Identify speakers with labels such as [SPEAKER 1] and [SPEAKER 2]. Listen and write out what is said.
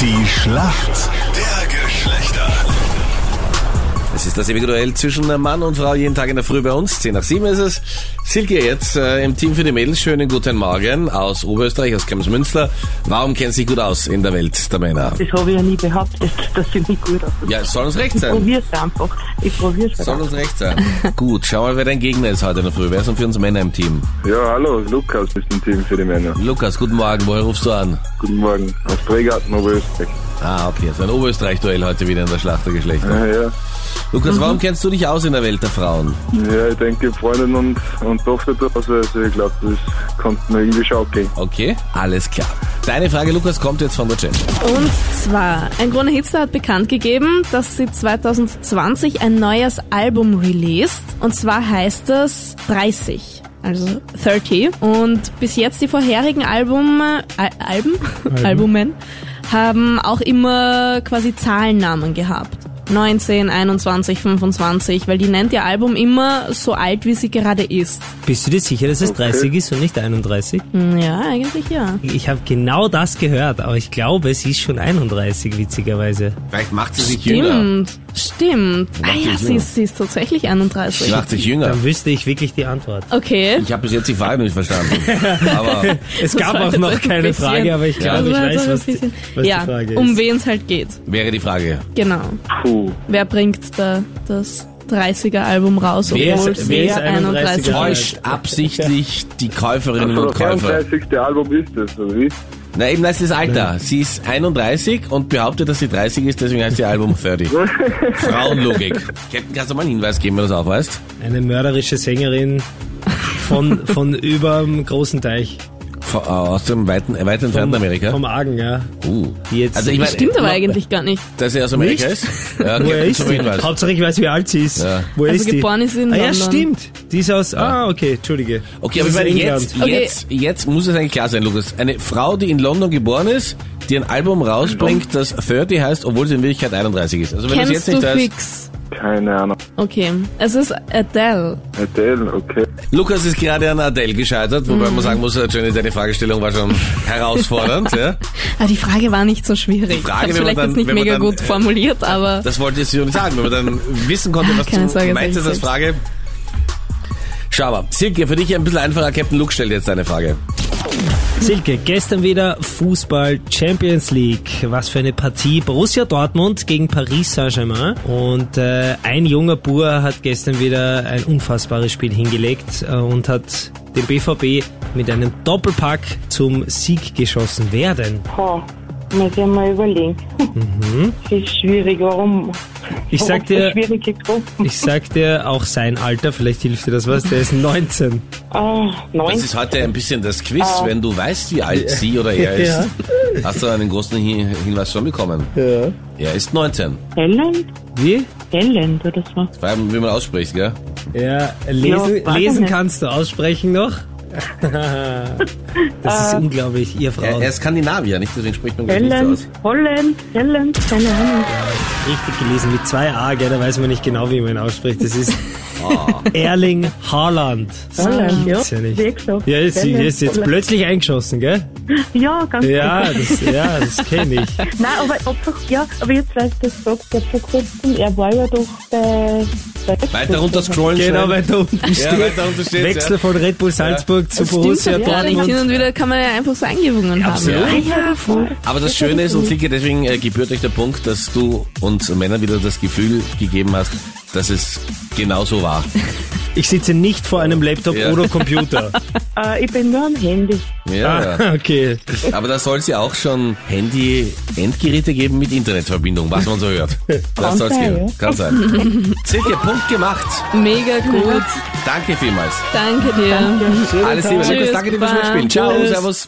[SPEAKER 1] Die Schlacht der Geschlechter.
[SPEAKER 2] Es ist das ewige Duell zwischen Mann und Frau jeden Tag in der Früh bei uns. 10 nach 7 ist es. Silke jetzt äh, im Team für die Mädels. Schönen guten Morgen aus Oberösterreich, aus Kemps-Münster. Warum kennt sie gut aus in der Welt der Männer?
[SPEAKER 3] Das habe ich ja nie behauptet, dass sie nicht gut aussieht.
[SPEAKER 2] Ja, es soll uns recht
[SPEAKER 3] Ich
[SPEAKER 2] sein.
[SPEAKER 3] probiere es einfach. Ich probiere es
[SPEAKER 2] Soll
[SPEAKER 3] einfach.
[SPEAKER 2] uns recht sein. Gut, schau mal, wer dein Gegner ist heute in der Früh. Wer ist denn für uns Männer im Team?
[SPEAKER 4] Ja, hallo, Lukas ist im Team für die Männer.
[SPEAKER 2] Lukas, guten Morgen. Woher rufst du an?
[SPEAKER 4] Guten Morgen. Aus Drehgarten, Oberösterreich.
[SPEAKER 2] Ah, okay. Es ist ein Oberösterreich-Duell heute wieder in der Schlacht der Geschlechter.
[SPEAKER 4] Ja, Ah, ja.
[SPEAKER 2] Lukas, warum kennst du dich aus in der Welt der Frauen?
[SPEAKER 4] ja, ich denke Freundin und, und Tochter zu Hause, also ich glaube, das konnte man irgendwie schon abgehen.
[SPEAKER 2] Okay, alles klar. Deine Frage, Lukas, kommt jetzt von der Jen.
[SPEAKER 5] Und zwar, ein Gruner Hipster hat bekannt gegeben, dass sie 2020 ein neues Album released. Und zwar heißt es 30. Also 30. Und bis jetzt die vorherigen Album, äh, Al Alben? Albumen haben auch immer quasi Zahlennamen gehabt. 19, 21, 25, weil die nennt ihr Album immer so alt, wie sie gerade ist.
[SPEAKER 6] Bist du dir sicher, dass es
[SPEAKER 4] Okay.
[SPEAKER 6] 30 ist und nicht 31?
[SPEAKER 5] Hm, Ja, eigentlich ja.
[SPEAKER 6] Ich habe genau das gehört, aber ich glaube, sie ist schon 31, witzigerweise.
[SPEAKER 2] Vielleicht macht sie sich jünger.
[SPEAKER 5] Stimmt, stimmt. Ah
[SPEAKER 2] Macht
[SPEAKER 5] ja,
[SPEAKER 2] dich
[SPEAKER 5] sie
[SPEAKER 2] jünger.
[SPEAKER 5] ist, sie ist tatsächlich 31.
[SPEAKER 2] Sie macht sich jünger.
[SPEAKER 6] Dann wüsste ich wirklich die Antwort.
[SPEAKER 5] Okay.
[SPEAKER 2] Ich habe bis jetzt die Frage noch nicht verstanden. Aber
[SPEAKER 6] Es gab
[SPEAKER 5] war
[SPEAKER 6] auch
[SPEAKER 5] jetzt
[SPEAKER 6] noch
[SPEAKER 5] ein
[SPEAKER 6] keine
[SPEAKER 5] bisschen-
[SPEAKER 6] Frage, aber ich
[SPEAKER 2] Ja,
[SPEAKER 6] glaube,
[SPEAKER 5] das war
[SPEAKER 6] ich
[SPEAKER 5] jetzt
[SPEAKER 6] weiß,
[SPEAKER 5] auch
[SPEAKER 6] was,
[SPEAKER 5] ein bisschen-
[SPEAKER 6] die, was
[SPEAKER 5] ja,
[SPEAKER 6] die Frage ist.
[SPEAKER 5] um wen es halt geht.
[SPEAKER 2] wäre die Frage,
[SPEAKER 5] Genau.
[SPEAKER 4] Puh.
[SPEAKER 5] Wer bringt da das 30er-Album raus,
[SPEAKER 2] Wer ist-
[SPEAKER 5] obwohl
[SPEAKER 6] wer
[SPEAKER 5] sie
[SPEAKER 6] ist
[SPEAKER 5] 31
[SPEAKER 6] 31er?
[SPEAKER 2] täuscht absichtlich die Käuferinnen
[SPEAKER 4] Also
[SPEAKER 2] und
[SPEAKER 4] das
[SPEAKER 2] Käufer?
[SPEAKER 4] 31. Album ist das, oder wie?
[SPEAKER 2] Na eben, das ist das Alter. Sie ist 31 und behauptet, dass sie 30 ist, deswegen heißt ihr Album 30. Frauenlogik. Captain, kannst du mal einen Hinweis geben, wenn du das aufweist?
[SPEAKER 6] Eine mörderische Sängerin von, von überm großen Teich.
[SPEAKER 2] Von- äh, Aus dem weiten, äh, weit entfernten Amerika?
[SPEAKER 6] Vom Argen, ja.
[SPEAKER 2] Uh.
[SPEAKER 6] Die jetzt
[SPEAKER 2] Also ich meine,
[SPEAKER 5] Stimmt aber
[SPEAKER 2] äh,
[SPEAKER 5] eigentlich gar nicht.
[SPEAKER 2] dass sie aus Amerika
[SPEAKER 6] Nicht?
[SPEAKER 2] ist? Ja,
[SPEAKER 6] Woher
[SPEAKER 2] gibt
[SPEAKER 6] ist
[SPEAKER 2] schon
[SPEAKER 6] die?
[SPEAKER 2] Hinweis.
[SPEAKER 6] Hauptsache ich weiß, wie alt sie ist.
[SPEAKER 2] Ja.
[SPEAKER 6] Woher
[SPEAKER 5] Also
[SPEAKER 6] ist die?
[SPEAKER 5] geboren ist sie in
[SPEAKER 6] ah, ja,
[SPEAKER 5] London.
[SPEAKER 6] stimmt. Die ist aus... Ah, okay, Entschuldige.
[SPEAKER 2] Okay,
[SPEAKER 6] Das
[SPEAKER 2] aber ich
[SPEAKER 6] ist
[SPEAKER 2] meine,
[SPEAKER 6] England.
[SPEAKER 2] jetzt,
[SPEAKER 5] Okay.
[SPEAKER 2] jetzt, jetzt muss es eigentlich klar sein, Lukas. Eine Frau, die in London geboren ist, die ein Album rausbringt, das 30 heißt, obwohl sie in Wirklichkeit 31 ist. Also wenn das jetzt
[SPEAKER 5] Kennst du
[SPEAKER 2] nicht da ist.
[SPEAKER 5] fix?
[SPEAKER 4] Keine Ahnung.
[SPEAKER 5] Okay. Es ist Adele.
[SPEAKER 4] Adele, okay.
[SPEAKER 2] Lukas ist gerade an Adele gescheitert, wobei
[SPEAKER 5] Mhm.
[SPEAKER 2] man sagen muss, äh, Jenny, deine Fragestellung war schon herausfordernd. ja.
[SPEAKER 5] Ah, die Frage war nicht so
[SPEAKER 2] Frage,
[SPEAKER 5] schwierig. ich
[SPEAKER 2] wenn
[SPEAKER 5] habe
[SPEAKER 2] man
[SPEAKER 5] vielleicht
[SPEAKER 2] dann-
[SPEAKER 5] jetzt nicht
[SPEAKER 2] wenn man
[SPEAKER 5] mega
[SPEAKER 2] dann,
[SPEAKER 5] gut
[SPEAKER 2] äh,
[SPEAKER 5] formuliert, aber
[SPEAKER 2] Das wollte ich dir nicht sagen, wenn man dann wissen konnte, was
[SPEAKER 5] Keine
[SPEAKER 2] du
[SPEAKER 5] Sorge,
[SPEAKER 2] meinst,
[SPEAKER 5] sag
[SPEAKER 2] ist das
[SPEAKER 5] ich selbst.
[SPEAKER 2] Frage. Schau mal, Silke, für dich ein bisschen einfacher. Captain Luke stellt jetzt deine Frage.
[SPEAKER 6] Silke, gestern wieder Fußball Champions League. Was für eine Partie. Borussia Dortmund gegen Paris Saint-Germain. Und äh, ein junger Bur hat gestern wieder ein unfassbares Spiel hingelegt äh, und hat den BVB mit einem Doppelpack zum Sieg geschossen. Wer denn?
[SPEAKER 3] Ha, muss ich mal überlegen. Das ist schwierig. Warum?
[SPEAKER 6] Ich
[SPEAKER 3] Warum
[SPEAKER 6] sag
[SPEAKER 3] so
[SPEAKER 6] dir,
[SPEAKER 3] Schwierige Gruppen.
[SPEAKER 6] ich sag dir auch sein Alter, vielleicht hilft dir das was, der ist 19.
[SPEAKER 3] Ah, neun.
[SPEAKER 2] Das ist heute ein bisschen das Quiz. Wenn du weißt, wie alt sie oder er ist,
[SPEAKER 6] Äh. Ja.
[SPEAKER 2] hast du einen großen Hin- Hinweis schon bekommen.
[SPEAKER 6] Ja.
[SPEAKER 2] Er ist 19.
[SPEAKER 3] Holland?
[SPEAKER 6] Wie?
[SPEAKER 3] Holland oder so.
[SPEAKER 2] Vor allem, wie man ausspricht, gell?
[SPEAKER 6] Ja, lesen,
[SPEAKER 3] Ja, warte
[SPEAKER 6] lesen
[SPEAKER 3] mal.
[SPEAKER 6] kannst du, aussprechen noch. das ist
[SPEAKER 3] Ah.
[SPEAKER 6] unglaublich, ihr
[SPEAKER 2] Er,
[SPEAKER 6] Frauen.
[SPEAKER 2] er ist Skandinavier, nicht? Deswegen spricht man gleich nichts aus.
[SPEAKER 3] Holland, Holland, Holland, keine Ahnung.
[SPEAKER 6] Richtig gelesen, mit zwei A, gell, da weiß man nicht genau, wie man ihn ausspricht. Das ist
[SPEAKER 2] Ah.
[SPEAKER 6] Erling Haaland. Das
[SPEAKER 3] Holland, ja.
[SPEAKER 6] gibt's Ah, ja nicht.
[SPEAKER 3] Wie gesagt.
[SPEAKER 6] Ja, ist, ist jetzt
[SPEAKER 3] Holland.
[SPEAKER 6] plötzlich eingeschossen, gell?
[SPEAKER 3] Ja, ganz
[SPEAKER 6] Ja, das, ja, das kenne ich.
[SPEAKER 3] Nein, aber, ob, ja, aber jetzt weiß ich das doch, der vor kurzem, er war ja doch bei... bei
[SPEAKER 2] Weiter runter scrollen.
[SPEAKER 6] Genau, weil da unten
[SPEAKER 2] Ja,
[SPEAKER 6] steht.
[SPEAKER 2] weiter unten steht's,
[SPEAKER 6] Wechsel von Red Bull Salzburg zu Borussia
[SPEAKER 5] ja, nicht hin
[SPEAKER 6] Dortmund.
[SPEAKER 5] und wieder kann man ja einfach so Eingebungen haben.
[SPEAKER 2] absolut.
[SPEAKER 5] Ja.
[SPEAKER 3] Ja, voll.
[SPEAKER 2] Aber das Schöne ist, und Silke, deswegen äh, gebührt euch der Punkt, dass du uns Männern wieder das Gefühl gegeben hast, dass es genauso war.
[SPEAKER 6] Ich sitze nicht vor einem Laptop
[SPEAKER 2] Ja.
[SPEAKER 6] oder Computer.
[SPEAKER 3] Äh, ich bin nur am Handy.
[SPEAKER 2] Ja.
[SPEAKER 6] Ah, okay.
[SPEAKER 2] Aber da soll es ja auch schon Handy-Endgeräte geben mit Internetverbindung, was man so hört. Das soll es
[SPEAKER 3] sein,
[SPEAKER 2] geben.
[SPEAKER 3] ja.
[SPEAKER 2] Kann sein. Silke, Punkt gemacht.
[SPEAKER 5] Mega gut.
[SPEAKER 2] Danke vielmals.
[SPEAKER 5] Danke dir.
[SPEAKER 2] Alles Liebe,
[SPEAKER 5] Tag.
[SPEAKER 2] Lukas. Danke dir fürs
[SPEAKER 5] Tschüss,
[SPEAKER 2] Mitspielen. Ciao,
[SPEAKER 5] Baba.
[SPEAKER 2] servus.